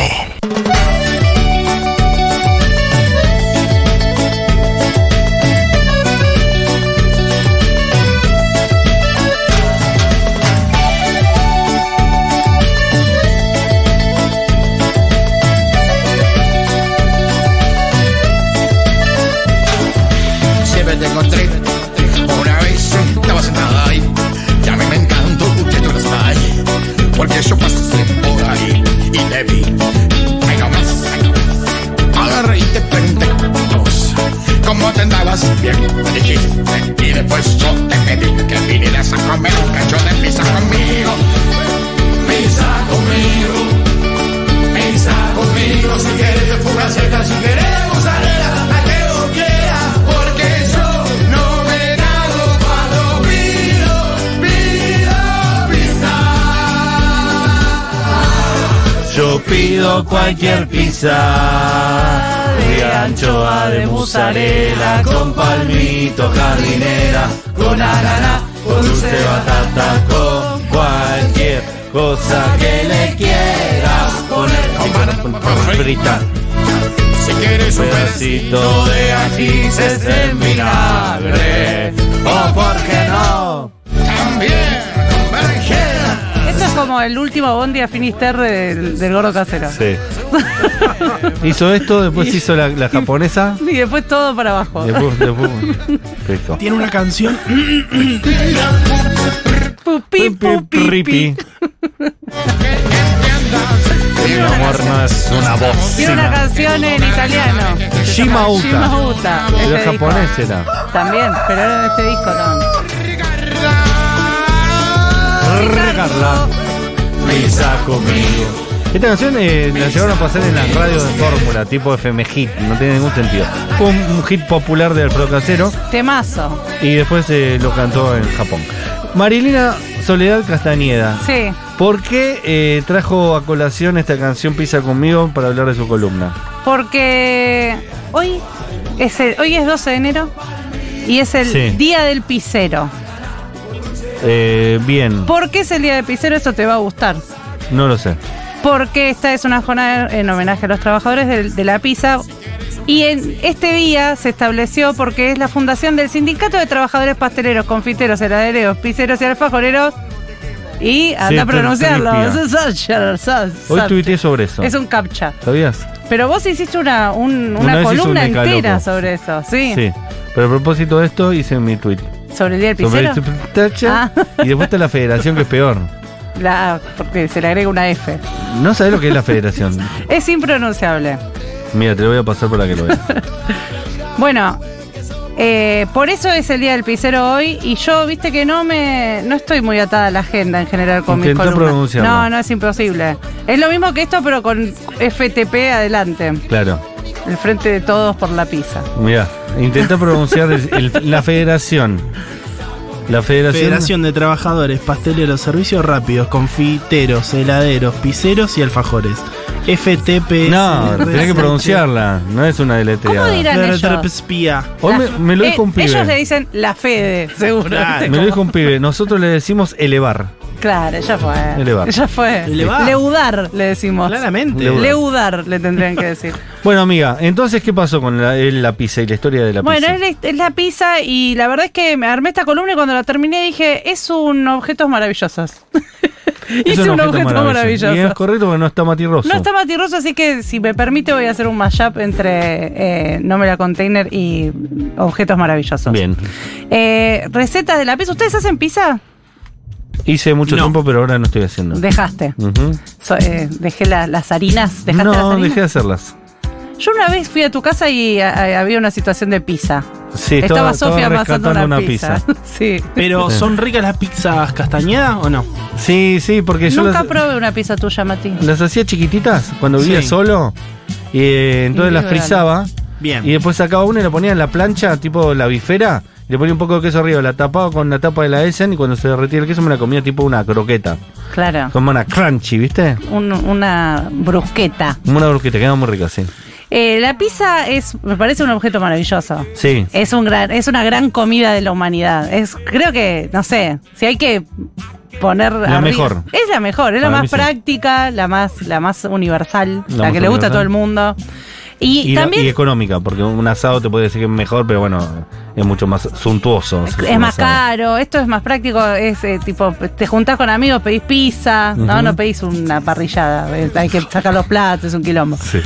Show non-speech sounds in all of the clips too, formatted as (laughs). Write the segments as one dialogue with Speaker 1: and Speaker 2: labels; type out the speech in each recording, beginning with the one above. Speaker 1: FM.
Speaker 2: Siempre te encontré una vez estaba sentada ahí. Y a mí me encantó que tú estás ahí. Porque yo pasé por ahí y te vi. Ay, no más. Agarré y te pregunté dos. ¿Cómo te andabas? Bien, me dijiste. Y después yo te pedí que vinieras a comer un cacho de pizza conmigo. Pizza conmigo. Pizza conmigo. Si quieres de fugaceta, si quieres de mozzarella, hasta que lo quieras. Porque yo no me cago cuando pido, pido pizza.
Speaker 3: Yo pido cualquier pizza de anchoa, de mozzarella, con palmito, jardinera, con ananá, con dulce de batata, con cualquier cosa que le quieras poner. Con pan, con papas fritas,
Speaker 2: Si quieres
Speaker 3: un
Speaker 2: un
Speaker 3: pedacito de ají, es en vinagre, o por qué no.
Speaker 2: También con berenjena.
Speaker 4: Esto es como el último bondi a Finisterre del, del gordo casero.
Speaker 3: Sí. Hizo esto, (laughs) después hizo la, la japonesa.
Speaker 4: Y después todo para abajo.
Speaker 3: Después, después. (laughs) Perfecto.
Speaker 5: Tiene una canción.
Speaker 4: Pupi, pupi, pi.
Speaker 3: Mi amor no es una voz.
Speaker 4: Tiene una canción en italiano.
Speaker 3: Shimauta.
Speaker 4: Shimauta.
Speaker 3: Era
Speaker 4: Este disco.
Speaker 3: japonés era.
Speaker 4: También, pero era de este disco también.
Speaker 3: Regarla. Pisa conmigo. Esta canción eh, la llevaron a pasar en la radio de fórmula, tipo FM Hit, no tiene ningún sentido. Fue un, un hit popular de Alfredo Casero
Speaker 4: Temazo.
Speaker 3: y después eh, lo cantó en Japón. Marilina Soledad Castañeda,
Speaker 4: Sí.
Speaker 3: ¿por qué eh, trajo a colación esta canción Pisa conmigo para hablar de su columna?
Speaker 4: Porque hoy es, el- hoy es 12 de enero y es el
Speaker 3: Sí.
Speaker 4: día del pisero.
Speaker 3: Eh, bien,
Speaker 4: ¿Por qué es el día del pisero? Eso te va a gustar.
Speaker 3: no lo sé.
Speaker 4: porque esta es una jornada en homenaje a los trabajadores del- de, la PISA. Y en este día se estableció porque es la fundación del Sindicato de Trabajadores Pasteleros, Confiteros, Heladeros, Pizzeros y Alfajoreros. Y anda
Speaker 3: Sí,
Speaker 4: a pronunciarlo.
Speaker 3: tripia.
Speaker 4: Sarcher, sar-
Speaker 3: Hoy
Speaker 4: sar-
Speaker 3: tuiteé sobre eso.
Speaker 4: Es un captcha.
Speaker 3: ¿Sabías?
Speaker 4: Pero vos hiciste una, un-
Speaker 3: Una
Speaker 4: una
Speaker 3: vez hice
Speaker 4: columna
Speaker 3: un decálogo.
Speaker 4: entera sobre eso, ¿sí?
Speaker 3: Sí. Pero a propósito de esto hice mi tweet.
Speaker 4: Sobre el día del
Speaker 3: Sobre
Speaker 4: pizzero.
Speaker 3: el tacha,
Speaker 4: Ah.
Speaker 3: Y después está la federación que es peor. este-
Speaker 4: La- porque se le agrega una F.
Speaker 3: No sabés lo que es la federación.
Speaker 4: Es impronunciable.
Speaker 3: Mira, te lo voy a pasar para que lo veas.
Speaker 4: Bueno, eh, por eso es el día del pizzero hoy y yo, viste que no me no estoy muy atada a la agenda en general con mis
Speaker 3: Intentá
Speaker 4: columnas.
Speaker 3: pronunciarlo.
Speaker 4: No, no es imposible. Es lo mismo que esto, pero con FTP adelante,
Speaker 3: Claro.
Speaker 4: el frente de todos por la pizza.
Speaker 3: Mira, intenta pronunciar el- el- la federación. La federación.
Speaker 5: Federación de Trabajadores, Pasteleros, Servicios Rápidos, Confiteros, Heladeros, Piceros y Alfajores. FTP.
Speaker 3: No, tenés que pronunciarla. No es una deletreada.
Speaker 4: ¿Cómo dirán ellos?
Speaker 3: Hoy me, me lo
Speaker 4: Eh,
Speaker 3: dijo un pibe.
Speaker 4: Ellos le dicen la Fede, seguro.
Speaker 5: Claro.
Speaker 3: me lo dijo un pibe. Nosotros le decimos elevar.
Speaker 4: Claro, ya fue.
Speaker 3: Elevar.
Speaker 4: Ya fue.
Speaker 5: Elevar.
Speaker 4: Leudar, le decimos.
Speaker 5: Claramente.
Speaker 3: Leudar.
Speaker 4: Leudar, le tendrían que decir.
Speaker 3: Bueno, amiga, entonces, ¿qué pasó con la, el- la pizza y la historia de la
Speaker 4: Bueno,
Speaker 3: pizza?
Speaker 4: es la, es la pizza y la verdad es que me armé esta columna y cuando la terminé dije, es un objetos
Speaker 3: (laughs)
Speaker 4: maravillosos.
Speaker 3: Es
Speaker 4: Hice un, objeto, maravilloso.
Speaker 3: Y es correcto porque no está Mati Rosso.
Speaker 4: No está Mati Rosso, así que si me permite voy a hacer un mashup entre eh, No me la container y objetos maravillosos.
Speaker 3: Bien.
Speaker 4: Eh, recetas de la pizza. ¿Ustedes hacen pizza?
Speaker 3: Hice mucho
Speaker 5: No.
Speaker 3: tiempo, pero ahora no estoy haciendo.
Speaker 4: Dejaste.
Speaker 3: Ujú.
Speaker 4: So- eh, dejé la- las harinas. ¿Dejaste las
Speaker 3: No,
Speaker 4: harinas?
Speaker 3: dejé de hacerlas.
Speaker 4: Yo una vez fui a tu casa y a- a- había una situación de pizza.
Speaker 3: Sí,
Speaker 4: estaba, Sofía amasando una,
Speaker 3: rescatando
Speaker 4: pizza. (laughs) sí.
Speaker 3: (laughs)
Speaker 5: Pero,
Speaker 3: Sí.
Speaker 5: ¿son ricas las pizzas castañedas o no?
Speaker 3: (laughs) Sí, sí, porque yo
Speaker 4: Nunca
Speaker 3: las,
Speaker 4: probé una pizza tuya, Mati.
Speaker 3: las hacía chiquititas cuando vivía
Speaker 5: Sí.
Speaker 3: solo. Y eh, entonces
Speaker 4: Y
Speaker 3: las
Speaker 4: liberal.
Speaker 3: frizaba.
Speaker 5: Bien.
Speaker 3: Y después sacaba una y la ponía en la plancha, tipo la bifera. y Le ponía un poco de queso arriba, la tapaba con la tapa de la Essen y cuando se derretía el queso me la comía tipo una croqueta.
Speaker 4: Claro.
Speaker 3: Como una crunchy, ¿viste?
Speaker 4: un- una brusqueta.
Speaker 3: Como una croqueta, quedaba muy rica, sí.
Speaker 4: Eh, la pizza es, me parece un objeto maravilloso.
Speaker 3: Sí.
Speaker 4: Es un gran, es una gran comida de la humanidad. Es, creo que, no sé, si hay que poner
Speaker 3: La
Speaker 4: arriba.
Speaker 3: mejor.
Speaker 4: Es la mejor, es la
Speaker 3: Para mí
Speaker 4: más
Speaker 3: sí.
Speaker 4: práctica, la más, la más universal,
Speaker 3: La
Speaker 4: la,
Speaker 3: más
Speaker 4: que le gusta a
Speaker 3: universal.
Speaker 4: todo el mundo. Y,
Speaker 3: Y, no-
Speaker 4: también
Speaker 3: y económica, porque un asado te puede decir que es mejor, pero bueno, es mucho más suntuoso. si
Speaker 4: es
Speaker 3: un
Speaker 4: más
Speaker 3: asado.
Speaker 4: caro, esto es más práctico, es eh, tipo, te juntás con amigos, pedís pizza,
Speaker 3: Ujú.
Speaker 4: ¿no? No pedís una parrillada, eh, hay que sacar los platos, es un quilombo.
Speaker 3: Sí.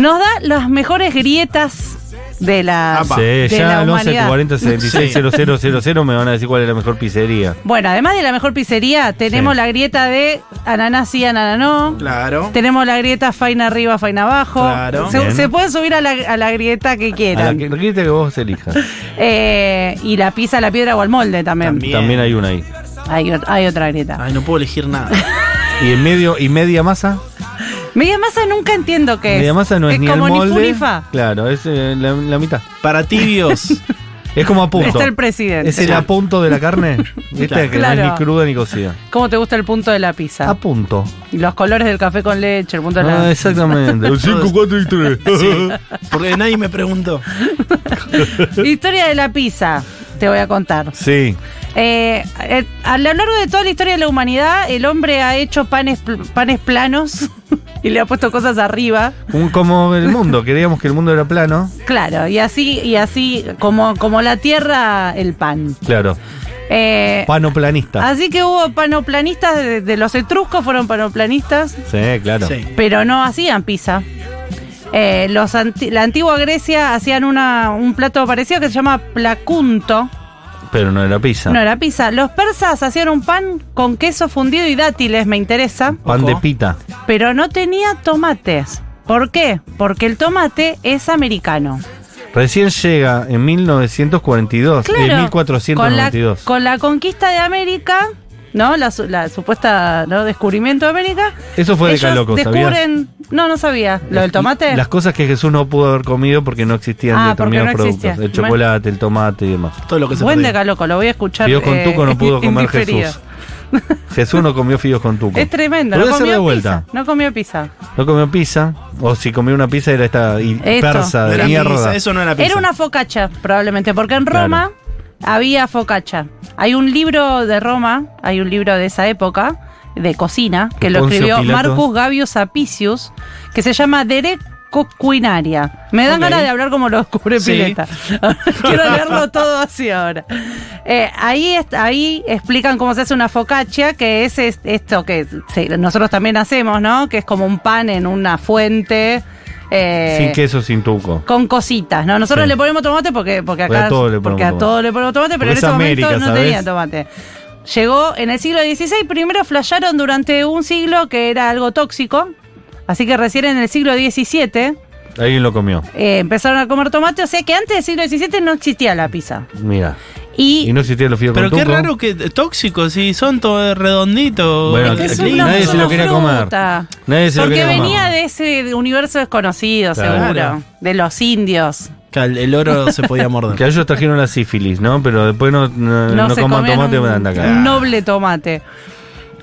Speaker 4: Nos da las mejores grietas de la,
Speaker 5: Apa.
Speaker 3: Sí,
Speaker 4: de
Speaker 3: ya
Speaker 4: la
Speaker 3: al
Speaker 4: humanidad. (laughs)
Speaker 3: 1140 76 0000 me van a decir cuál es la mejor pizzería.
Speaker 4: Bueno, además de la mejor pizzería, tenemos
Speaker 3: Sí.
Speaker 4: la grieta de ananá sí, ananá no.
Speaker 5: Claro.
Speaker 4: Tenemos la grieta faina arriba, faina abajo.
Speaker 5: Claro.
Speaker 4: Se,
Speaker 3: Bien.
Speaker 4: se pueden subir a la, a la grieta que
Speaker 3: A
Speaker 4: quieran.
Speaker 3: la que, la que que vos elijas.
Speaker 4: Eh, y la pizza, la piedra o al molde también.
Speaker 5: También. Bien.
Speaker 3: También Ah. hay una ahí.
Speaker 4: Hay, ot- hay otra grieta.
Speaker 5: Ay, no puedo elegir nada.
Speaker 3: Y en medio y media masa.
Speaker 4: Media masa nunca entiendo qué es.
Speaker 3: Media masa no es, ni el
Speaker 4: como
Speaker 3: molde.
Speaker 4: ni funifa.
Speaker 3: Claro, es eh, la, la mitad.
Speaker 5: Para
Speaker 3: (laughs)
Speaker 5: tibios.
Speaker 3: Es como a punto.
Speaker 4: Está el presidente.
Speaker 3: es el a punto de la
Speaker 4: (laughs)
Speaker 3: carne. Esta que
Speaker 5: Claro.
Speaker 3: no es
Speaker 4: Claro.
Speaker 3: ni cruda ni cocida.
Speaker 4: ¿Cómo te gusta el punto de la
Speaker 3: A
Speaker 4: pizza?
Speaker 3: punto.
Speaker 4: Los colores del café con leche, el punto de
Speaker 3: Ah,
Speaker 4: la... (laughs)
Speaker 3: exactamente. El 5, 4 y 3.
Speaker 5: Sí, porque nadie me preguntó.
Speaker 4: Historia de la pizza, te voy a contar.
Speaker 3: Sí.
Speaker 4: Eh, eh, a lo largo de toda la historia de la humanidad, el hombre ha hecho panes, pl- panes planos (laughs) y le ha puesto cosas arriba.
Speaker 3: Un- como
Speaker 4: (laughs)
Speaker 3: el mundo. Queríamos que el mundo era plano.
Speaker 4: Claro, y así, y así como, como la tierra, el pan.
Speaker 3: Claro.
Speaker 4: Eh,
Speaker 3: Panoplanista.
Speaker 4: así que hubo panoplanistas, de, de los etruscos fueron panoplanistas,
Speaker 3: Sí, claro.
Speaker 5: Sí.
Speaker 4: pero no hacían pizza. Eh, los anti- la antigua Grecia hacían una, un plato parecido que se llama placunto.
Speaker 3: Pero no era pizza.
Speaker 4: No era pizza. Los persas hacían un pan con queso fundido y dátiles, me interesa.
Speaker 3: Pan
Speaker 5: Ojo.
Speaker 3: de pita.
Speaker 4: pero no tenía tomates. ¿Por qué? Porque el tomate es americano.
Speaker 3: Recién llega en 1942.
Speaker 4: Claro.
Speaker 3: En
Speaker 4: Con
Speaker 3: 1492.
Speaker 4: la, con la conquista de América, ¿no? La, su- la supuesta ¿no? descubrimiento de América.
Speaker 3: Eso fue de
Speaker 4: ellos
Speaker 3: Caloco, ¿sabías?
Speaker 4: descubren. No, no sabía. ¿Lo del tomate?
Speaker 3: Las cosas que Jesús no pudo haber comido porque no existían
Speaker 4: Ah, porque
Speaker 3: determinados
Speaker 4: no
Speaker 3: productos.
Speaker 4: existía.
Speaker 3: El chocolate, el tomate y demás.
Speaker 5: Todo lo que se
Speaker 4: Buen de
Speaker 5: puede.
Speaker 4: Caloco, lo voy a escuchar.
Speaker 3: Fideos con
Speaker 4: eh,
Speaker 3: tuco no
Speaker 4: (laughs)
Speaker 3: pudo
Speaker 4: en
Speaker 3: comer
Speaker 4: diferido.
Speaker 3: Jesús. Jesús no comió fideos con tuco.
Speaker 4: Es tremendo.
Speaker 3: Lo
Speaker 4: No
Speaker 3: voy a hacer de
Speaker 4: comió,
Speaker 3: vuelta.
Speaker 4: pizza, no comió pizza.
Speaker 3: No comió pizza. O si comió una pizza era esta y-
Speaker 4: Esto.
Speaker 3: persa de
Speaker 5: Era
Speaker 3: mierda.
Speaker 5: pizza, eso no era pizza.
Speaker 4: Era una focacha, probablemente, porque en
Speaker 3: Claro.
Speaker 4: Roma había focacha. Hay un libro de Roma, hay un libro de esa época, de cocina, que lo
Speaker 3: Poncio
Speaker 4: escribió
Speaker 3: Pilatos.
Speaker 4: Marcus Gavius Apicius, que se llama Dere Coquinaria. Me dan
Speaker 5: Ok.
Speaker 4: ganas de hablar como lo descubre
Speaker 3: (laughs)
Speaker 5: Sí.
Speaker 4: Pileta. Quiero leerlo todo así ahora. Eh, ahí, est- ahí explican cómo se hace una focaccia, que es, es- esto que se- nosotros también hacemos, ¿no? Que es como un pan en una fuente. eh,
Speaker 3: Sin queso, sin tuco.
Speaker 4: con cositas, ¿no? Nosotros
Speaker 3: Sí.
Speaker 4: le ponemos tomate porque, porque
Speaker 3: Porque
Speaker 4: acá
Speaker 3: a todo le
Speaker 4: porque
Speaker 3: ponemos
Speaker 4: a todo le ponemos tomate, pero
Speaker 3: Porque es
Speaker 4: en ese
Speaker 3: América,
Speaker 4: momento no
Speaker 3: ¿sabes?
Speaker 4: tenía tomate. Llegó en el siglo XVI, primero flasharon durante un siglo que era algo tóxico, así que recién en el siglo XVII eh,
Speaker 3: Alguien lo comió.
Speaker 4: empezaron a comer tomate, o sea que antes del siglo XVII no existía la pizza.
Speaker 3: Mira.
Speaker 4: Y,
Speaker 3: Y no existían los fideos
Speaker 5: Pero
Speaker 3: con
Speaker 5: qué
Speaker 3: tuco.
Speaker 5: raro que tóxicos, si son todos redonditos.
Speaker 3: Bueno,
Speaker 5: Es que es
Speaker 3: aquí
Speaker 5: lindo.
Speaker 3: nadie se lo quería comer.
Speaker 4: fruta.
Speaker 3: Nadie se lo
Speaker 4: Porque
Speaker 3: quería comer.
Speaker 4: venía de ese universo desconocido,
Speaker 3: Claro.
Speaker 4: seguro, de los indios.
Speaker 5: Que al- El oro se podía morder.
Speaker 3: Que
Speaker 4: (laughs)
Speaker 3: a ellos trajeron la sífilis, ¿no? Pero después no, no, no
Speaker 4: se
Speaker 3: coman
Speaker 4: comían
Speaker 3: tomate
Speaker 4: un,
Speaker 3: van a atacar.
Speaker 4: un noble tomate.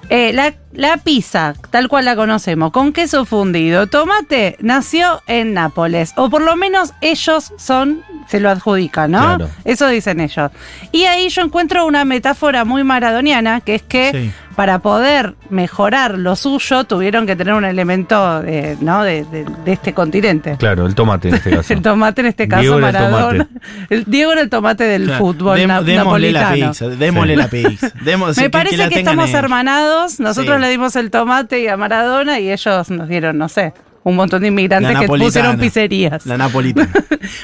Speaker 4: Eh, la, la pizza, tal cual la conocemos, con queso fundido, tomate, nació en Nápoles. O por lo menos ellos son, se lo adjudican, ¿no?
Speaker 3: Claro.
Speaker 4: Eso dicen ellos. Y ahí yo encuentro una metáfora muy maradoniana, que es que
Speaker 5: Sí.
Speaker 4: para poder mejorar lo suyo tuvieron que tener un elemento de, ¿no? de, de- de este continente.
Speaker 3: Claro, el tomate
Speaker 4: (laughs)
Speaker 3: en este caso.
Speaker 4: El tomate en este caso,
Speaker 3: Diego era el
Speaker 4: Maradona.
Speaker 3: tomate.
Speaker 4: El Diego era el tomate del
Speaker 5: Claro,
Speaker 4: fútbol
Speaker 5: dem-
Speaker 4: na-
Speaker 5: démosle
Speaker 4: napolitano.
Speaker 5: la pizza, démosle
Speaker 3: Sí.
Speaker 5: la pizza. demos-
Speaker 4: Me
Speaker 5: que- que
Speaker 4: parece
Speaker 5: la
Speaker 4: que,
Speaker 5: tengan
Speaker 4: estamos
Speaker 5: ellos.
Speaker 4: hermanados. Nosotros
Speaker 5: Sí.
Speaker 4: le dimos el tomate y a Maradona y ellos nos dieron, no sé, un montón de inmigrantes
Speaker 5: La
Speaker 4: que
Speaker 5: napolitana.
Speaker 4: pusieron pizzerías.
Speaker 5: La napolitana.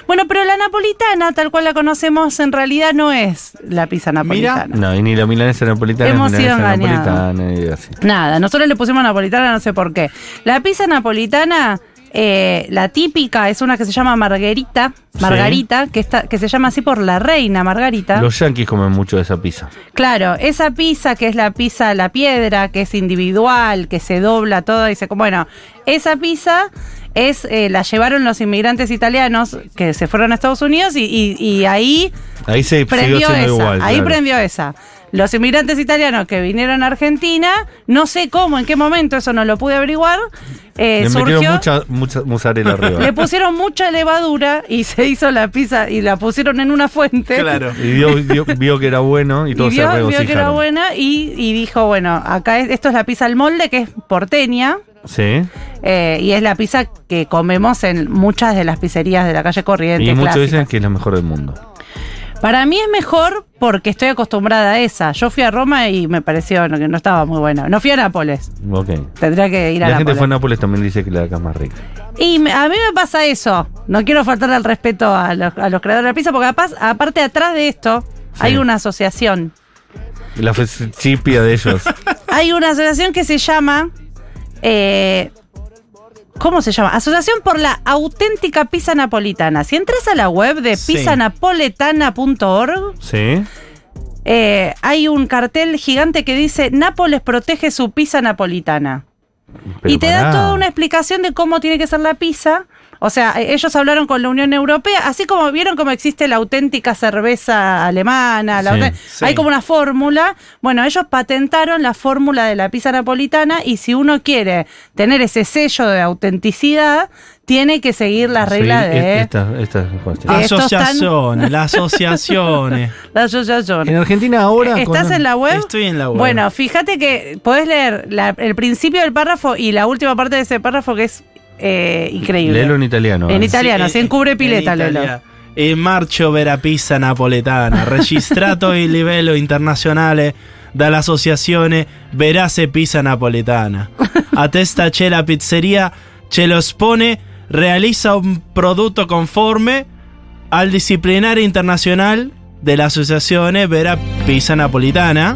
Speaker 4: Bueno, pero la napolitana, tal cual la conocemos, en realidad no es la pizza napolitana.
Speaker 3: No, y ni la milanesa napolitana
Speaker 4: Hemos
Speaker 3: ni la
Speaker 4: sido
Speaker 3: milanesa
Speaker 4: engañados.
Speaker 3: napolitana. y así.
Speaker 4: Nada, nosotros le pusimos napolitana, no sé por qué. La pizza napolitana, eh, la típica, es una que se llama Margarita, Margarita, que, está, que se llama así por la reina Margarita.
Speaker 3: Los yanquis comen mucho de esa pizza.
Speaker 4: Claro, esa pizza que es la pizza a la piedra, que es individual, que se dobla toda y se... Bueno, esa pizza es eh, la llevaron los inmigrantes italianos que se fueron a Estados Unidos y, y- y ahí
Speaker 3: Ahí se siguió
Speaker 4: prendió
Speaker 3: siendo
Speaker 4: esa.
Speaker 3: igual.
Speaker 4: ahí
Speaker 3: claro.
Speaker 4: prendió esa. Los inmigrantes italianos que vinieron a Argentina, no sé cómo, en qué momento, eso no lo pude averiguar, eh,
Speaker 3: Le
Speaker 4: surgió.
Speaker 3: metieron mucha, mucha
Speaker 4: (laughs)
Speaker 3: mozzarella arriba.
Speaker 4: Le pusieron mucha levadura y se hizo la pizza y la pusieron en una fuente.
Speaker 5: (laughs) Claro.
Speaker 3: y vio, vio- vio que era bueno y
Speaker 4: Y
Speaker 3: todos se
Speaker 4: vio, vio
Speaker 3: regocijaron.
Speaker 4: que era buena y, y dijo, bueno, acá es- esto es la pizza al molde, que es porteña,
Speaker 3: Sí.
Speaker 4: eh, y es la pizza que comemos en muchas de las pizzerías de la calle Corrientes.
Speaker 3: Y muchos
Speaker 4: clásica.
Speaker 3: dicen que es la mejor del mundo.
Speaker 4: Para mí es mejor porque estoy acostumbrada a esa. Yo fui a Roma y me pareció no- que no estaba muy buena. No fui a Nápoles.
Speaker 3: Ok.
Speaker 4: Tendría que ir a
Speaker 3: La gente fue a Nápoles
Speaker 4: Nápoles.
Speaker 3: también dice que la de acá es más rica.
Speaker 4: Y me- a mí me pasa eso. No quiero faltarle al respeto a los, a los creadores de la pizza, porque capaz, aparte atrás de esto,
Speaker 3: Sí.
Speaker 4: hay una asociación.
Speaker 3: La fe- chipia de
Speaker 4: (laughs)
Speaker 3: ellos.
Speaker 4: Hay una asociación que se llama. eh, ¿Cómo se llama? Asociación por la auténtica pizza napolitana. Si entras a la web de
Speaker 5: Sí.
Speaker 4: pizzanapoletana.org,
Speaker 3: Sí.
Speaker 4: eh, hay un cartel gigante que dice Nápoles protege su pizza napolitana.
Speaker 3: Pero
Speaker 4: y te
Speaker 3: pará.
Speaker 4: da toda una explicación de cómo tiene que ser la pizza. O sea, eh, ellos hablaron con la Unión Europea, así como vieron cómo existe la auténtica cerveza alemana. la
Speaker 3: Sí,
Speaker 4: auten-
Speaker 5: sí.
Speaker 4: Hay como una fórmula. Bueno, ellos patentaron la fórmula de la pizza napolitana y si uno quiere tener ese sello de autenticidad, tiene que seguir las reglas
Speaker 3: Seguir
Speaker 4: de
Speaker 3: e- Esta, esta cuestión.
Speaker 4: Ah, estos están-
Speaker 5: Asociaciones, las asociaciones.
Speaker 4: la asociación.
Speaker 3: en Argentina ahora.
Speaker 4: ¿Estás
Speaker 3: con-
Speaker 4: en la web?
Speaker 5: Estoy en la web.
Speaker 4: Bueno, fíjate que podés leer la- el principio del párrafo y la última parte de ese párrafo que es eh, increíble.
Speaker 3: Léelo en italiano.
Speaker 4: En
Speaker 3: eh.
Speaker 4: ita- italiano,
Speaker 5: eh,
Speaker 4: se encubre
Speaker 5: eh,
Speaker 4: pileta,
Speaker 5: en
Speaker 4: Lolo.
Speaker 5: Italia. E marcio vera pizza napoletana,
Speaker 4: (laughs)
Speaker 5: registrato il livello internazionale dall'associazione Verace Pizza Napoletana. A testa c'è la pizzeria, ce lo spone, realizza un prodotto conforme al disciplinare internazionale dell'associazione Vera Pizza Napoletana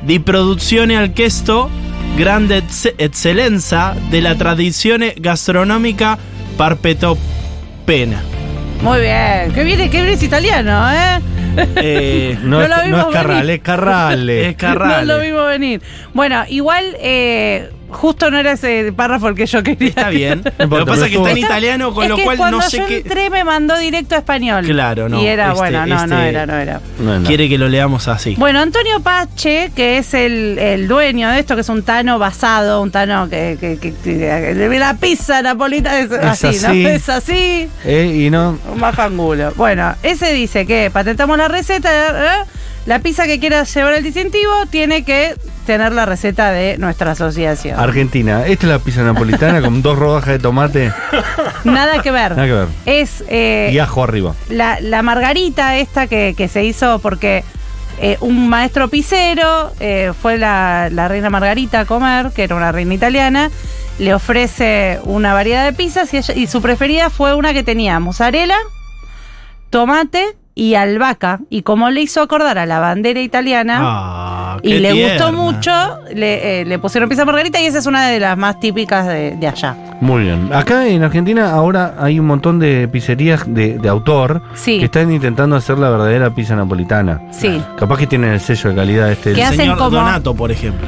Speaker 5: di produzione al chesto grande ecce- eccellenza della tradizione gastronomica parpeto pena.
Speaker 4: Muy bien. Qué bien, qué bien es italiano, ¿eh?
Speaker 5: Eh,
Speaker 3: (laughs) No,
Speaker 4: No
Speaker 3: es,
Speaker 4: lo
Speaker 3: no
Speaker 4: vimos
Speaker 3: es Carral,
Speaker 4: venir.
Speaker 3: es Carral.
Speaker 5: es Carrale.
Speaker 4: No lo vimos venir. Bueno, igual, eh, justo no era ese párrafo el que yo quería.
Speaker 5: Está bien.
Speaker 3: (laughs) No importa,
Speaker 5: lo que pasa es que
Speaker 3: pero
Speaker 5: está en
Speaker 3: estuvo-
Speaker 5: italiano, con
Speaker 4: es
Speaker 5: lo
Speaker 4: que
Speaker 5: cual
Speaker 4: cuando
Speaker 5: no sé
Speaker 4: yo
Speaker 5: qué.
Speaker 4: entré me mandó directo a español.
Speaker 5: Claro, no,
Speaker 4: Y era,
Speaker 5: este-
Speaker 4: bueno, no, no
Speaker 5: este-
Speaker 4: era, no era.
Speaker 3: No, no.
Speaker 5: Quiere que lo leamos así.
Speaker 4: Bueno, Antonio Pache, que es el, el dueño de esto, que es un tano basado, un tano que, que, que- que- la pizza napolitana es, así,
Speaker 3: así.
Speaker 4: ¿no? Es así.
Speaker 3: Eh, y no.
Speaker 4: Un bajangulo. Bueno, ese dice que patentamos la receta. ¿eh? La pizza que quiera llevar el distintivo tiene que tener la receta de nuestra asociación.
Speaker 3: Argentina. Esta es la pizza napolitana con dos rodajas de tomate.
Speaker 4: Nada que ver.
Speaker 3: (laughs) Nada que ver.
Speaker 4: Es eh,
Speaker 3: Y ajo arriba.
Speaker 4: la, la margarita esta que, que se hizo porque eh, un maestro pisero eh, fue la, la reina Margarita a comer, que era una reina italiana, le ofrece una variedad de pizzas y, ella- y su preferida fue una que tenía mozzarella, tomate y albahaca. Y como le hizo acordar a la bandera italiana...
Speaker 5: Ah,
Speaker 4: Y
Speaker 5: qué
Speaker 4: le
Speaker 5: tierna.
Speaker 4: gustó mucho, le, eh, le pusieron pizza margarita y esa es una de las más típicas de, de allá.
Speaker 3: Muy bien. Acá en Argentina ahora hay un montón de pizzerías de, de autor
Speaker 4: Sí.
Speaker 3: que están intentando hacer la verdadera pizza napolitana.
Speaker 4: Sí.
Speaker 3: Capaz que tienen el sello de calidad este.
Speaker 4: ¿Qué
Speaker 5: El
Speaker 4: hacen
Speaker 5: señor
Speaker 4: como-
Speaker 5: Donato, por ejemplo.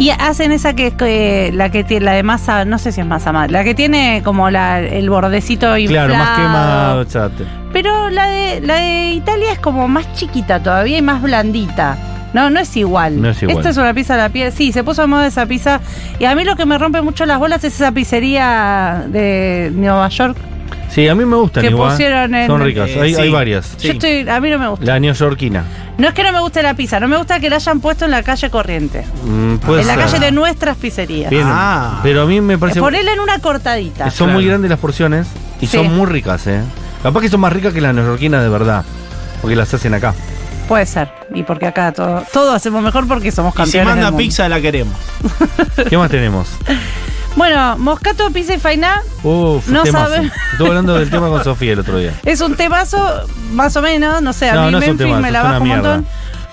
Speaker 4: Y hacen esa que es que- la que tiene la de masa, no sé si es masa madre, la que tiene como la, el bordecito inflado.
Speaker 3: Claro, más quemado, chate.
Speaker 4: Pero la de la de Italia es como más chiquita todavía y más blandita. No, no es igual.
Speaker 3: No es igual.
Speaker 4: Esta es una pizza a la piel. Sí, se puso de moda esa pizza. Y a mí lo que me rompe mucho las bolas es esa pizzería de Nueva York.
Speaker 3: Sí, a mí me gustan
Speaker 4: Que
Speaker 3: igual.
Speaker 4: pusieron en-
Speaker 3: Son ricas,
Speaker 5: Eh,
Speaker 3: hay,
Speaker 5: sí.
Speaker 3: hay varias.
Speaker 5: Sí.
Speaker 4: Yo estoy, a mí no me gusta.
Speaker 3: La neoyorquina.
Speaker 4: No es que no me guste la pizza, no me gusta que la hayan puesto en la calle corriente.
Speaker 3: Mm, puede
Speaker 4: En la
Speaker 3: ser.
Speaker 4: calle de nuestras pizzerías.
Speaker 3: Bien.
Speaker 5: Ah.
Speaker 3: Pero a mí me parece.
Speaker 4: Ponerla en una cortadita.
Speaker 3: Son muy
Speaker 5: Claro.
Speaker 3: grandes las porciones y
Speaker 4: Sí.
Speaker 3: son muy ricas, ¿eh? Capaz que son más ricas que las neoyorquinas de verdad. Porque las hacen acá.
Speaker 4: Puede ser. Y porque acá todo, todo hacemos mejor porque somos
Speaker 5: Y si
Speaker 4: campeones. del
Speaker 5: manda
Speaker 4: mundo.
Speaker 5: pizza, la queremos.
Speaker 3: ¿Qué más
Speaker 4: (laughs)
Speaker 3: tenemos?
Speaker 4: Bueno, Moscato, Pizza y Fainá
Speaker 3: Uf,
Speaker 4: No
Speaker 3: temazo.
Speaker 4: sabe.
Speaker 3: Estuve hablando del tema con Sofía el
Speaker 4: (laughs)
Speaker 3: otro día.
Speaker 4: es un temazo, más o menos. No sé, a
Speaker 3: No,
Speaker 4: mí
Speaker 3: no es un
Speaker 4: Memphis
Speaker 3: temazo,
Speaker 4: me
Speaker 3: es
Speaker 4: la
Speaker 3: una
Speaker 4: bajo un
Speaker 3: mierda.
Speaker 4: montón.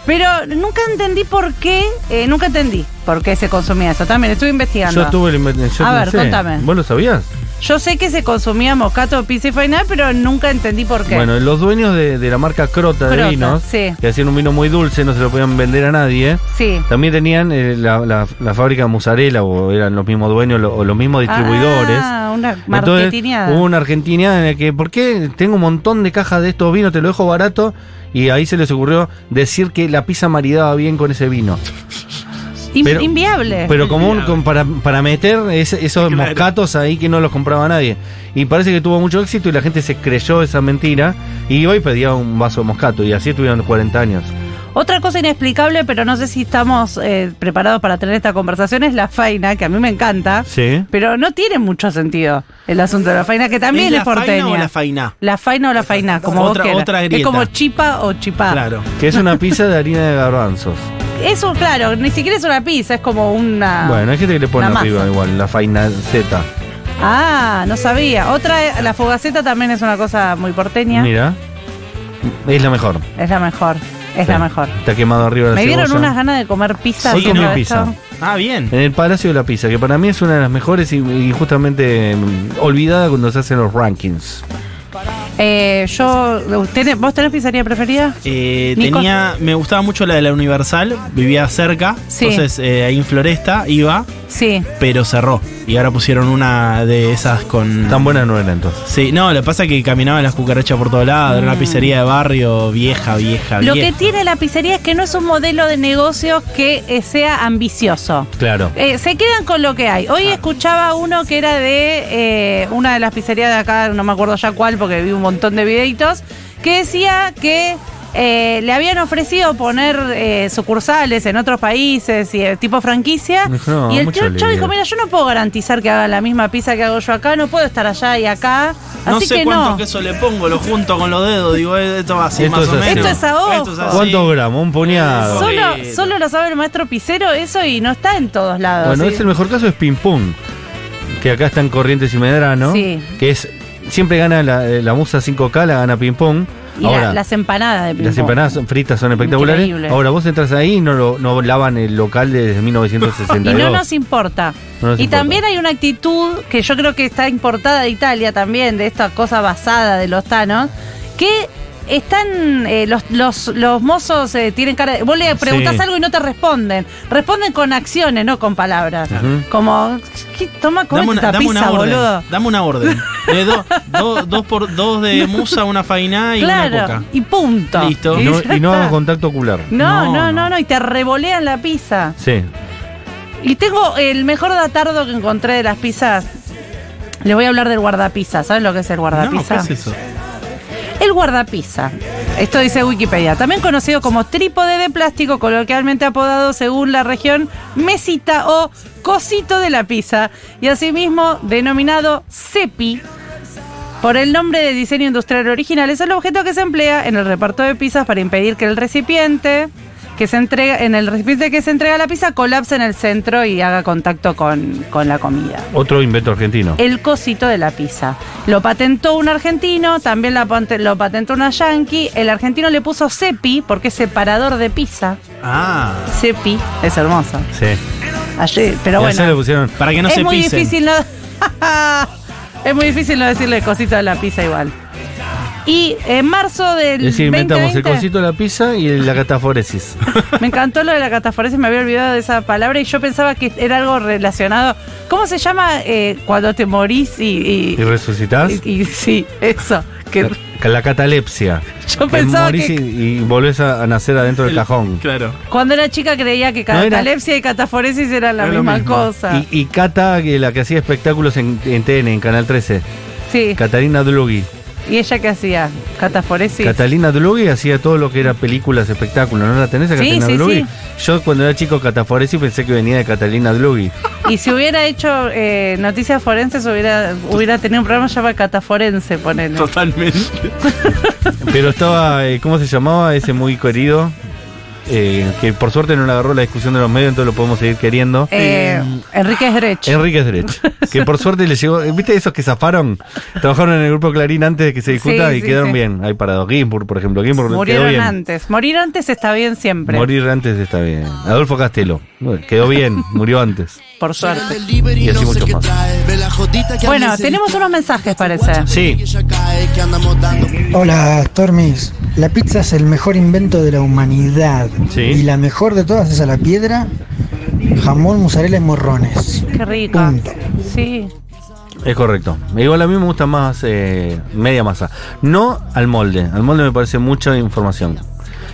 Speaker 4: Pero nunca entendí por qué, eh, nunca entendí por qué se consumía eso. También estuve investigando.
Speaker 3: Yo estuve el inven- yo
Speaker 4: A
Speaker 3: no
Speaker 4: ver,
Speaker 3: sé.
Speaker 4: contame.
Speaker 3: ¿Vos lo sabías?
Speaker 4: Yo sé que se consumía Moscato, Pizza y Fainá, pero nunca entendí por qué.
Speaker 3: Bueno, los dueños de, de la marca Crota,
Speaker 4: Crota,
Speaker 3: de vinos,
Speaker 4: sí.
Speaker 3: que hacían un vino muy dulce, no se lo podían vender a nadie,
Speaker 4: sí.
Speaker 3: también tenían eh, la, la- la fábrica de mozzarella, o eran los mismos dueños lo- o los mismos distribuidores.
Speaker 4: Ah, una
Speaker 3: Entonces,
Speaker 4: marketineada.
Speaker 3: hubo una argentina en la que, ¿por qué tengo un montón de cajas de estos vinos? Te lo dejo barato. y ahí se les ocurrió decir que la pizza maridaba bien con ese vino.
Speaker 4: In-
Speaker 3: Pero-
Speaker 4: inviable.
Speaker 3: Pero como un- como para, para meter ese- esos
Speaker 5: Claro.
Speaker 3: moscatos ahí que no los compraba nadie. Y parece que tuvo mucho éxito y la gente se creyó esa mentira y hoy pedía un vaso de moscato y así estuvieron 40 años.
Speaker 4: Otra cosa inexplicable, pero no sé si estamos eh, preparados para tener esta conversación, es la faina, que a mí me encanta.
Speaker 3: Sí.
Speaker 4: Pero no tiene mucho sentido el asunto de la faina, que también es,
Speaker 5: la faina
Speaker 4: porteña.
Speaker 5: o la faina?
Speaker 4: La faina o la faina, como vos
Speaker 5: Otra-
Speaker 4: quieras.
Speaker 5: otra
Speaker 4: Es
Speaker 5: grieta.
Speaker 4: como chipa o chipá.
Speaker 5: Claro.
Speaker 3: Que es
Speaker 4: (laughs)
Speaker 3: una pizza de harina de garbanzos.
Speaker 4: Eso, claro, ni siquiera es una pizza, es como una.
Speaker 3: Bueno, hay gente que le pone
Speaker 4: Una
Speaker 3: arriba
Speaker 4: Ah. masa.
Speaker 3: igual, la faina Z.
Speaker 4: Ah, no sabía. Otra, la fogaceta también es una cosa muy porteña.
Speaker 3: Mira. Es la mejor.
Speaker 4: Es la mejor, es la
Speaker 3: Sí.
Speaker 4: mejor.
Speaker 3: Está quemado arriba de la
Speaker 4: Me dieron
Speaker 3: cebolla.
Speaker 4: unas ganas de comer pizza.
Speaker 3: Hoy
Speaker 4: haciendo
Speaker 3: comí
Speaker 4: esto.
Speaker 3: pizza.
Speaker 5: Ah, bien.
Speaker 3: En el Palacio de la Pizza, que para mí es una de las mejores y, y justamente mm, olvidada cuando se hacen los rankings.
Speaker 4: Eh, yo, ¿tenés- ¿Vos tenés pizzería preferida?
Speaker 5: Eh,
Speaker 4: Nico.
Speaker 5: tenía, me gustaba mucho la de la Universal, vivía cerca,
Speaker 4: Sí.
Speaker 5: entonces eh, ahí en Floresta iba,
Speaker 4: Sí.
Speaker 5: pero cerró. Y ahora pusieron una de esas con...
Speaker 3: Tan buena no era entonces.
Speaker 5: Sí, no, lo que pasa es que caminaban las cucarachas por todos lados, era una pizzería de barrio vieja, vieja,
Speaker 4: Mm. Lo que
Speaker 5: vieja.
Speaker 4: tiene la pizzería es que no es un modelo de negocios que eh, sea ambicioso.
Speaker 3: Claro.
Speaker 4: Eh, se quedan con lo que hay. Hoy escuchaba uno que era de eh, una de las pizzerías de acá, no me acuerdo ya cuál, porque vi un montón de videitos, que decía que eh, le habían ofrecido poner eh, sucursales en otros países y eh, tipo franquicia.
Speaker 3: No,
Speaker 4: y el
Speaker 3: mucho
Speaker 4: tío Chavo
Speaker 3: lío.
Speaker 4: dijo, mira, yo no puedo garantizar que haga la misma pizza que hago yo acá, no puedo estar allá y acá.
Speaker 5: No
Speaker 4: así
Speaker 5: sé
Speaker 4: que
Speaker 5: cuánto
Speaker 4: no.
Speaker 5: queso le pongo, lo junto con los dedos, digo, eh, esto va así
Speaker 3: Esto
Speaker 5: más
Speaker 3: es
Speaker 5: o
Speaker 3: así.
Speaker 5: menos.
Speaker 3: Esto es
Speaker 4: a ojo.
Speaker 5: así.
Speaker 3: ¿Cuántos gramos? Un puñado.
Speaker 5: Eso.
Speaker 4: Solo,
Speaker 5: Bueno.
Speaker 4: solo lo sabe el maestro Picero eso y no está en todos lados. ¿eh?
Speaker 3: Bueno,
Speaker 4: ¿sí?
Speaker 3: es el mejor caso es Ping Pong, que acá están Corrientes y Medrano,
Speaker 4: Sí.
Speaker 3: que es siempre gana la, eh, la Musa 5K, la gana Ping Pong.
Speaker 4: Y la-
Speaker 3: Ahora,
Speaker 4: las empanadas de ping
Speaker 3: las
Speaker 4: pong.
Speaker 3: empanadas son- fritas son espectaculares.
Speaker 4: Increíble.
Speaker 3: Ahora vos entras ahí y no, lo, no lavan el local desde 1962.
Speaker 4: (laughs) Y no nos importa.
Speaker 3: No nos
Speaker 4: y
Speaker 3: importa.
Speaker 4: también hay una actitud que yo creo que está importada de Italia también, de esta cosa basada de los tanos, que están eh, los, los, los mozos eh, tienen cara de- vos le preguntás
Speaker 3: Sí.
Speaker 4: algo y no te responden responden con acciones no con palabras
Speaker 3: Ujú.
Speaker 4: como ¿qué, toma come
Speaker 5: Dame una,
Speaker 4: esta
Speaker 5: dame una
Speaker 4: pizza
Speaker 5: orden.
Speaker 4: boludo
Speaker 5: Dame una orden. De do- do- dos, por, dos de musa, una fainá y una
Speaker 4: claro
Speaker 5: coca.
Speaker 4: y punto
Speaker 5: Listo.
Speaker 3: Y no,
Speaker 4: (laughs) ya
Speaker 3: y no
Speaker 4: está.
Speaker 3: hagan contacto ocular.
Speaker 4: no,
Speaker 5: No,
Speaker 4: no, no,
Speaker 5: no.
Speaker 4: no, y te revolean la pizza.
Speaker 3: Sí.
Speaker 4: Y tengo el mejor datardo que encontré de las pizzas. Les voy a hablar del guardapizza. ¿Sabes lo que es el
Speaker 5: No, ¿qué
Speaker 4: guardapizza?
Speaker 5: es eso?
Speaker 4: El guardapizza. Esto dice Wikipedia. También conocido como trípode de plástico, coloquialmente apodado según la región mesita o cosito de la pizza. Y asimismo denominado cepi. Por el nombre de diseño industrial original, es el objeto que se emplea en el reparto de pizzas para impedir que el recipiente que se entrega, en el recipiente que se entrega la pizza colapse en el centro y haga contacto con, con la comida.
Speaker 3: Otro invento argentino.
Speaker 4: El cosito de la pizza. Lo patentó un argentino, también la pante- lo patentó una yankee. El argentino le puso cepi porque es separador de pizza.
Speaker 5: Ah.
Speaker 4: Cepi es hermoso.
Speaker 3: Sí.
Speaker 4: Ayer,
Speaker 3: Y
Speaker 4: pero bueno.
Speaker 3: allá le pusieron.
Speaker 5: Para que no
Speaker 4: es
Speaker 5: se
Speaker 4: muy
Speaker 5: pisen.
Speaker 4: difícil no. (laughs) es muy difícil no decirle cosito de la pizza igual. Y en marzo del.
Speaker 3: Es decir, inventamos
Speaker 4: 2020,
Speaker 3: el cosito de la pizza y la
Speaker 4: (laughs)
Speaker 3: cataforesis.
Speaker 4: Me encantó lo de la cataforesis, me había olvidado de esa palabra y yo pensaba que era algo relacionado. ¿Cómo se llama eh, cuando te morís
Speaker 3: ¿Y
Speaker 4: y-
Speaker 3: resucitás?
Speaker 4: Y, y- sí, eso. Que
Speaker 3: La, la catalepsia.
Speaker 4: Yo pensaba
Speaker 3: morís
Speaker 4: que-
Speaker 3: y, y volvés a, a nacer adentro del
Speaker 5: El-
Speaker 3: cajón.
Speaker 5: Claro.
Speaker 4: cuando era chica creía que
Speaker 3: No, era-
Speaker 4: catalepsia y cataforesis eran la
Speaker 5: Era lo
Speaker 4: misma
Speaker 5: mismo.
Speaker 4: cosa.
Speaker 3: Y, y Cata, que la que hacía espectáculos en, en TN, en Canal 13.
Speaker 4: sí.
Speaker 3: Catalina Dlugi.
Speaker 4: ¿Y ella qué hacía? ¿Cataforesis?
Speaker 3: Catalina Dlugi hacía todo lo que era películas, espectáculos. ¿No la tenés a
Speaker 4: Sí,
Speaker 3: Catalina
Speaker 4: sí,
Speaker 3: Dlugi?
Speaker 4: sí.
Speaker 3: Yo cuando era chico cataforesi pensé que venía de Catalina Dlugi.
Speaker 4: y si hubiera hecho eh, noticias forenses, hubiera, hubiera tenido un programa llamado Cataforense, ponele.
Speaker 5: Totalmente.
Speaker 3: Pero estaba, eh, ¿cómo se llamaba? Ese muy querido. eh, que por suerte no le agarró la discusión de los medios, entonces lo podemos seguir queriendo.
Speaker 4: Eh, Enrique Srech.
Speaker 3: Enrique Drech, que
Speaker 4: (laughs)
Speaker 3: por suerte le llegó. eh, ¿Viste esos que zafaron? Trabajaron en el grupo Clarín antes de que se discuta
Speaker 4: Sí,
Speaker 3: y
Speaker 4: sí,
Speaker 3: quedaron
Speaker 4: sí.
Speaker 3: bien. Hay parados. Gimbur, por ejemplo. Gimbur quedó
Speaker 4: Murieron
Speaker 3: bien.
Speaker 4: antes. Morir antes está bien siempre.
Speaker 3: Morir antes está bien. Adolfo Castelo. Bueno, Quedó bien, murió antes.
Speaker 4: Por suerte.
Speaker 3: Y así mucho más.
Speaker 4: Bueno, tenemos unos mensajes, parece.
Speaker 3: Sí,
Speaker 6: Hola Stormis, la pizza es el mejor invento de la humanidad
Speaker 3: Sí.
Speaker 6: y la mejor de todas es a la piedra, jamón, mozzarella y morrones.
Speaker 4: Qué rica.
Speaker 6: Punto.
Speaker 4: Sí.
Speaker 3: Es correcto. Igual a mí me gusta más eh, media masa. No al molde. Al molde me parece mucha información.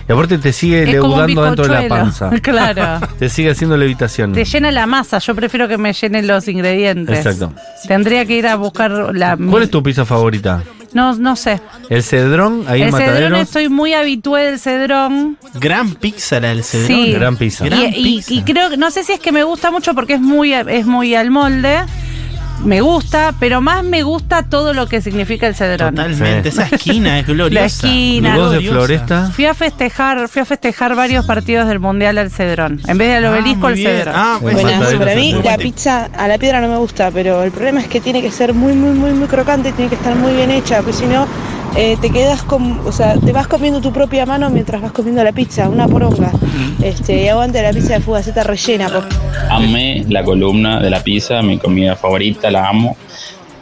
Speaker 3: Y aparte te sigue
Speaker 4: Es como un
Speaker 3: leudando dentro de la panza.
Speaker 4: bizcochuelo. (laughs) Claro.
Speaker 3: Te sigue haciendo levitación.
Speaker 4: Te llena la masa, yo prefiero que me llenen los ingredientes.
Speaker 3: Exacto.
Speaker 4: Tendría que ir a buscar la.
Speaker 3: ¿Cuál es tu pizza favorita?
Speaker 4: No, no sé.
Speaker 3: ¿El cedrón? Ahí en
Speaker 4: el cedrón,
Speaker 3: Mataderos.
Speaker 4: estoy muy habitué del cedrón.
Speaker 5: Gran pizza la del Cedrón.
Speaker 4: Sí.
Speaker 3: Gran pizza.
Speaker 4: Y-
Speaker 5: Gran
Speaker 4: Y,
Speaker 5: pizza.
Speaker 4: y creo que, no sé si es que me gusta mucho porque es muy, es muy al molde. Me gusta, pero más me gusta todo lo que significa el cedrón.
Speaker 5: Totalmente,
Speaker 3: Sí.
Speaker 5: esa esquina es gloriosa.
Speaker 4: La esquina.
Speaker 3: ¿Y vos de
Speaker 5: Gloriosa.
Speaker 3: Floresta?
Speaker 4: Fui a festejar, fui a festejar varios partidos del Mundial al Cedrón. En vez del
Speaker 5: Ah,
Speaker 4: obelisco,
Speaker 5: muy
Speaker 4: al
Speaker 5: bien.
Speaker 4: Cedrón.
Speaker 5: Ah,
Speaker 3: Bueno,
Speaker 5: bueno,
Speaker 3: Mataderos
Speaker 7: Buenazo, para mí
Speaker 3: es
Speaker 7: la
Speaker 3: muy-
Speaker 7: pizza a la piedra no me gusta, pero el problema es que tiene que ser muy, muy, muy, muy crocante, tiene que estar muy bien hecha, porque si no eh, te quedas con, o sea, te vas comiendo tu propia mano mientras vas comiendo la pizza, una poronga. Este, y aguante la pizza de fugaceta rellena, por
Speaker 8: Amé la columna de la pizza, mi comida favorita, la amo.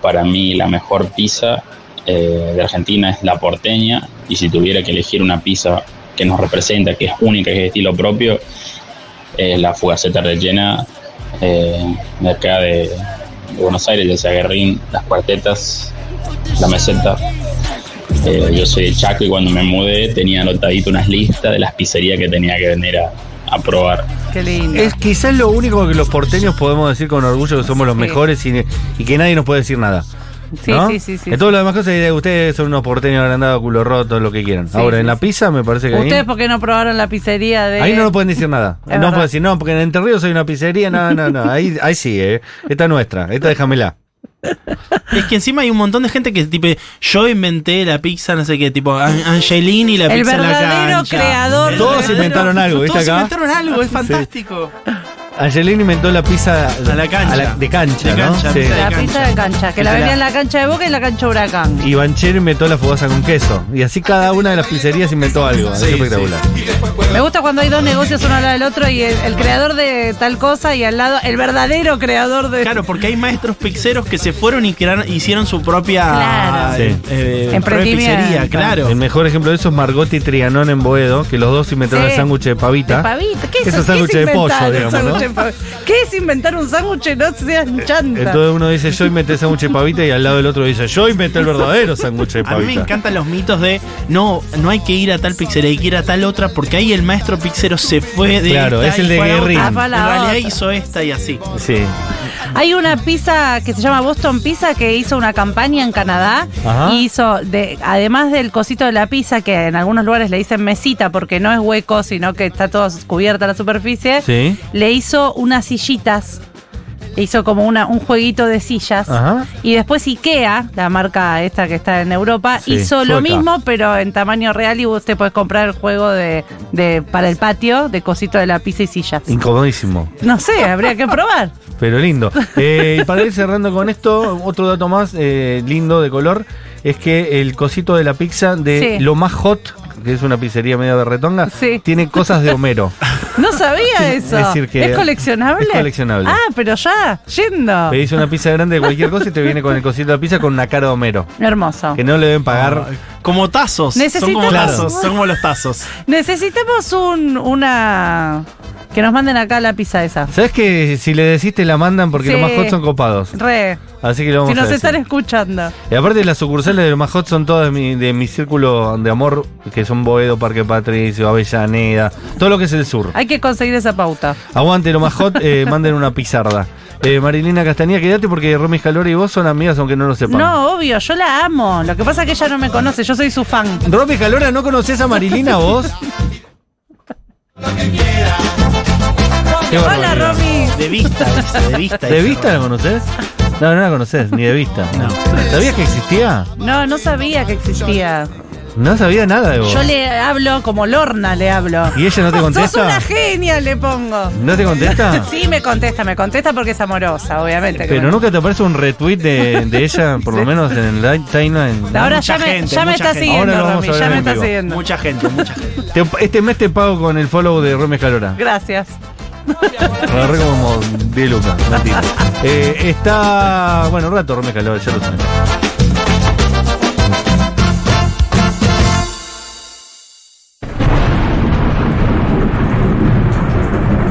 Speaker 8: Para mí la mejor pizza eh, de Argentina es la porteña y si tuviera que elegir una pizza que nos representa, que es única, que es de estilo propio, es la fugaceta rellena eh, de acá de, de Buenos Aires, ya sea Guerrín, las cuartetas, la meseta. Eh, yo soy de Chaco y cuando me mudé tenía anotadito unas listas de las pizzerías que tenía que venir a- a probar.
Speaker 4: Qué lindo.
Speaker 3: Es quizás lo único que los porteños podemos decir con orgullo que somos los
Speaker 4: Sí.
Speaker 3: mejores y, y que nadie nos puede decir nada.
Speaker 4: Sí,
Speaker 3: ¿no?
Speaker 4: sí, sí, sí,
Speaker 3: En todas las demás cosas, eh, ustedes son unos porteños agrandados, culo roto, lo que quieran.
Speaker 4: Sí,
Speaker 3: Ahora,
Speaker 4: sí,
Speaker 3: en la
Speaker 4: sí.
Speaker 3: pizza me parece que ahí-
Speaker 4: ¿Ustedes por qué no probaron la pizzería de.?
Speaker 3: Ahí no nos pueden decir nada.
Speaker 4: Es
Speaker 3: no nos
Speaker 4: verdad.
Speaker 3: pueden decir, no, porque en Entre Ríos hay una pizzería. No, no, no. Ahí, ahí sí, eh. Esta es nuestra. Esta déjamela.
Speaker 5: Es que encima hay un montón de gente que tipo, yo inventé la pizza, no sé qué, tipo An- Angelini y la
Speaker 4: El
Speaker 5: pizza en la
Speaker 4: verdadero
Speaker 5: cancha.
Speaker 4: creador.
Speaker 3: Todos inventaron algo, ¿viste
Speaker 5: Todos
Speaker 3: acá?
Speaker 5: inventaron algo, es fantástico.
Speaker 3: Angelina inventó la pizza
Speaker 5: A la cancha.
Speaker 3: de cancha,
Speaker 5: De
Speaker 3: ¿no?
Speaker 5: cancha,
Speaker 3: Sí.
Speaker 5: pizza
Speaker 4: La pizza de cancha, que la
Speaker 5: Esa
Speaker 4: vendían en
Speaker 5: era-
Speaker 4: la cancha de Boca y la cancha Huracán.
Speaker 3: Y Banchero inventó la fugaza con queso. Y así cada una de las pizzerías inventó algo.
Speaker 5: Sí,
Speaker 3: es espectacular.
Speaker 4: Me gusta cuando hay dos negocios uno al lado del otro y el, el creador de tal cosa y al lado el verdadero creador de
Speaker 5: Claro, porque hay maestros pizzeros que se fueron y crearon, hicieron su propia
Speaker 4: Claro.
Speaker 5: eh,
Speaker 3: Sí.
Speaker 5: eh, propia
Speaker 4: Emprendimiento.
Speaker 5: pizzería, claro.
Speaker 3: El mejor ejemplo de eso es Margotti y Trianón en Boedo, que los dos inventaron
Speaker 4: Sí.
Speaker 3: el sándwich de pavita.
Speaker 4: de pavita. ¿Qué es,
Speaker 3: Eso es
Speaker 4: ¿qué
Speaker 3: sándwich de
Speaker 4: inventar
Speaker 3: pollo,
Speaker 4: un
Speaker 3: digamos,
Speaker 4: sándwich
Speaker 3: ¿no?
Speaker 4: de pavi- ¿Qué es inventar un sándwich? No seas chanta.
Speaker 3: Entonces uno dice, yo inventé el sándwich de pavita y al lado del otro dice, yo inventé el verdadero sándwich de
Speaker 5: A mí me
Speaker 3: pavita.
Speaker 5: encantan los mitos de no, no hay que ir a tal pizzería, hay que ir a tal otra, porque ahí el maestro pizzero se fue de.
Speaker 3: Claro,
Speaker 5: esta
Speaker 3: es
Speaker 5: y
Speaker 3: el de
Speaker 5: fue a otra.
Speaker 3: Guerrín.
Speaker 4: Ah, fue a
Speaker 5: En
Speaker 4: la
Speaker 5: realidad
Speaker 4: otra.
Speaker 5: hizo esta y así.
Speaker 3: Sí.
Speaker 4: Hay una pizza que se llama Boston Pizza que hizo una campaña en Canadá
Speaker 3: Ajá.
Speaker 4: y hizo, de, además del cosito de la pizza, que en algunos lugares le dicen mesita porque no es hueco, sino que está todo cubierta la superficie,
Speaker 3: Sí.
Speaker 4: le hizo unas sillitas. Hizo como una, un jueguito de sillas.
Speaker 3: Ajá.
Speaker 4: Y después IKEA, la marca esta que está en Europa,
Speaker 3: Sí,
Speaker 4: hizo
Speaker 3: sueca.
Speaker 4: lo mismo, pero en tamaño real y usted puede comprar el juego de, de- para el patio de cosito de la pizza y sillas.
Speaker 3: Incomodísimo.
Speaker 4: No sé, habría que probar.
Speaker 3: Pero lindo. Eh, y para ir cerrando con esto, otro dato más eh, lindo de color es que el cosito de la pizza de
Speaker 4: Sí.
Speaker 3: lo más hot, que es una pizzería media de retonga,
Speaker 4: Sí.
Speaker 3: tiene cosas de Homero.
Speaker 4: No sabía eso.
Speaker 3: Es decir que-
Speaker 4: coleccionable?
Speaker 3: es coleccionable.
Speaker 4: Ah, pero ya, yendo.
Speaker 3: Pedís una pizza grande de cualquier cosa y te viene con el cosito de la pizza con una cara de Homero.
Speaker 4: Hermoso.
Speaker 3: Que no le deben pagar.
Speaker 5: Como tazos. Son como
Speaker 4: Necesitamos-
Speaker 5: tazos. Son como los tazos.
Speaker 4: Necesitamos un, una. Que nos manden acá la pizza esa.
Speaker 3: ¿Sabes que si le decís te la mandan porque
Speaker 4: Sí.
Speaker 3: los más hot son copados?
Speaker 4: Re.
Speaker 3: Así que lo vamos
Speaker 4: Si
Speaker 3: a
Speaker 4: nos
Speaker 3: decir.
Speaker 4: están escuchando.
Speaker 3: Y aparte las sucursales de los más hot son todas de mi, de mi círculo de amor, que son Boedo, Parque Patricio, Avellaneda, todo lo que es el sur.
Speaker 4: Hay que conseguir esa pauta.
Speaker 3: Aguante lo más hot,
Speaker 4: (laughs)
Speaker 3: eh, manden una pizarda. Eh, Marilina Castañeda, quédate porque Romy Calori y vos son amigas aunque no lo sepan.
Speaker 4: No, obvio, yo la amo. Lo que pasa es que ella no me conoce, yo soy su fan.
Speaker 3: Romy Calora, ¿no conoces a Marilina vos? Qué
Speaker 4: Hola,
Speaker 3: barbaridad.
Speaker 4: Romy.
Speaker 5: De vista, dice, de vista.
Speaker 3: ¿De
Speaker 5: dice.
Speaker 3: vista la conoces? No, no la conoces, ni de vista. ¿Sabías que existía?
Speaker 4: No, no sabía que existía.
Speaker 3: No sabía nada de vos.
Speaker 4: Yo le hablo como Lorna, le hablo.
Speaker 3: ¿Y ella no te
Speaker 4: (laughs) Sos
Speaker 3: contesta?
Speaker 4: una genia, le pongo.
Speaker 3: ¿No te contesta?
Speaker 4: (laughs) Sí, me contesta, me contesta porque es amorosa, obviamente. que
Speaker 3: Pero
Speaker 4: me-
Speaker 3: nunca te aparece un retweet de, de
Speaker 4: (laughs)
Speaker 3: ella, por lo menos en el timeline.
Speaker 4: Ahora
Speaker 5: Mucha
Speaker 4: ya me,
Speaker 5: gente,
Speaker 4: ya me
Speaker 5: mucha
Speaker 4: está
Speaker 5: gente.
Speaker 4: siguiendo,
Speaker 3: Ahora lo vamos
Speaker 4: Romy,
Speaker 3: a ver
Speaker 4: ya
Speaker 3: en
Speaker 4: me está
Speaker 3: vivo.
Speaker 4: siguiendo.
Speaker 5: Mucha gente, mucha gente.
Speaker 3: Te- este mes te pago con el follow de Romy Calora.
Speaker 4: Gracias.
Speaker 3: Agarré
Speaker 4: (laughs)
Speaker 3: como de Luca. un tipo. Eh, está. Bueno, un rato Romy Calora, ya lo saben.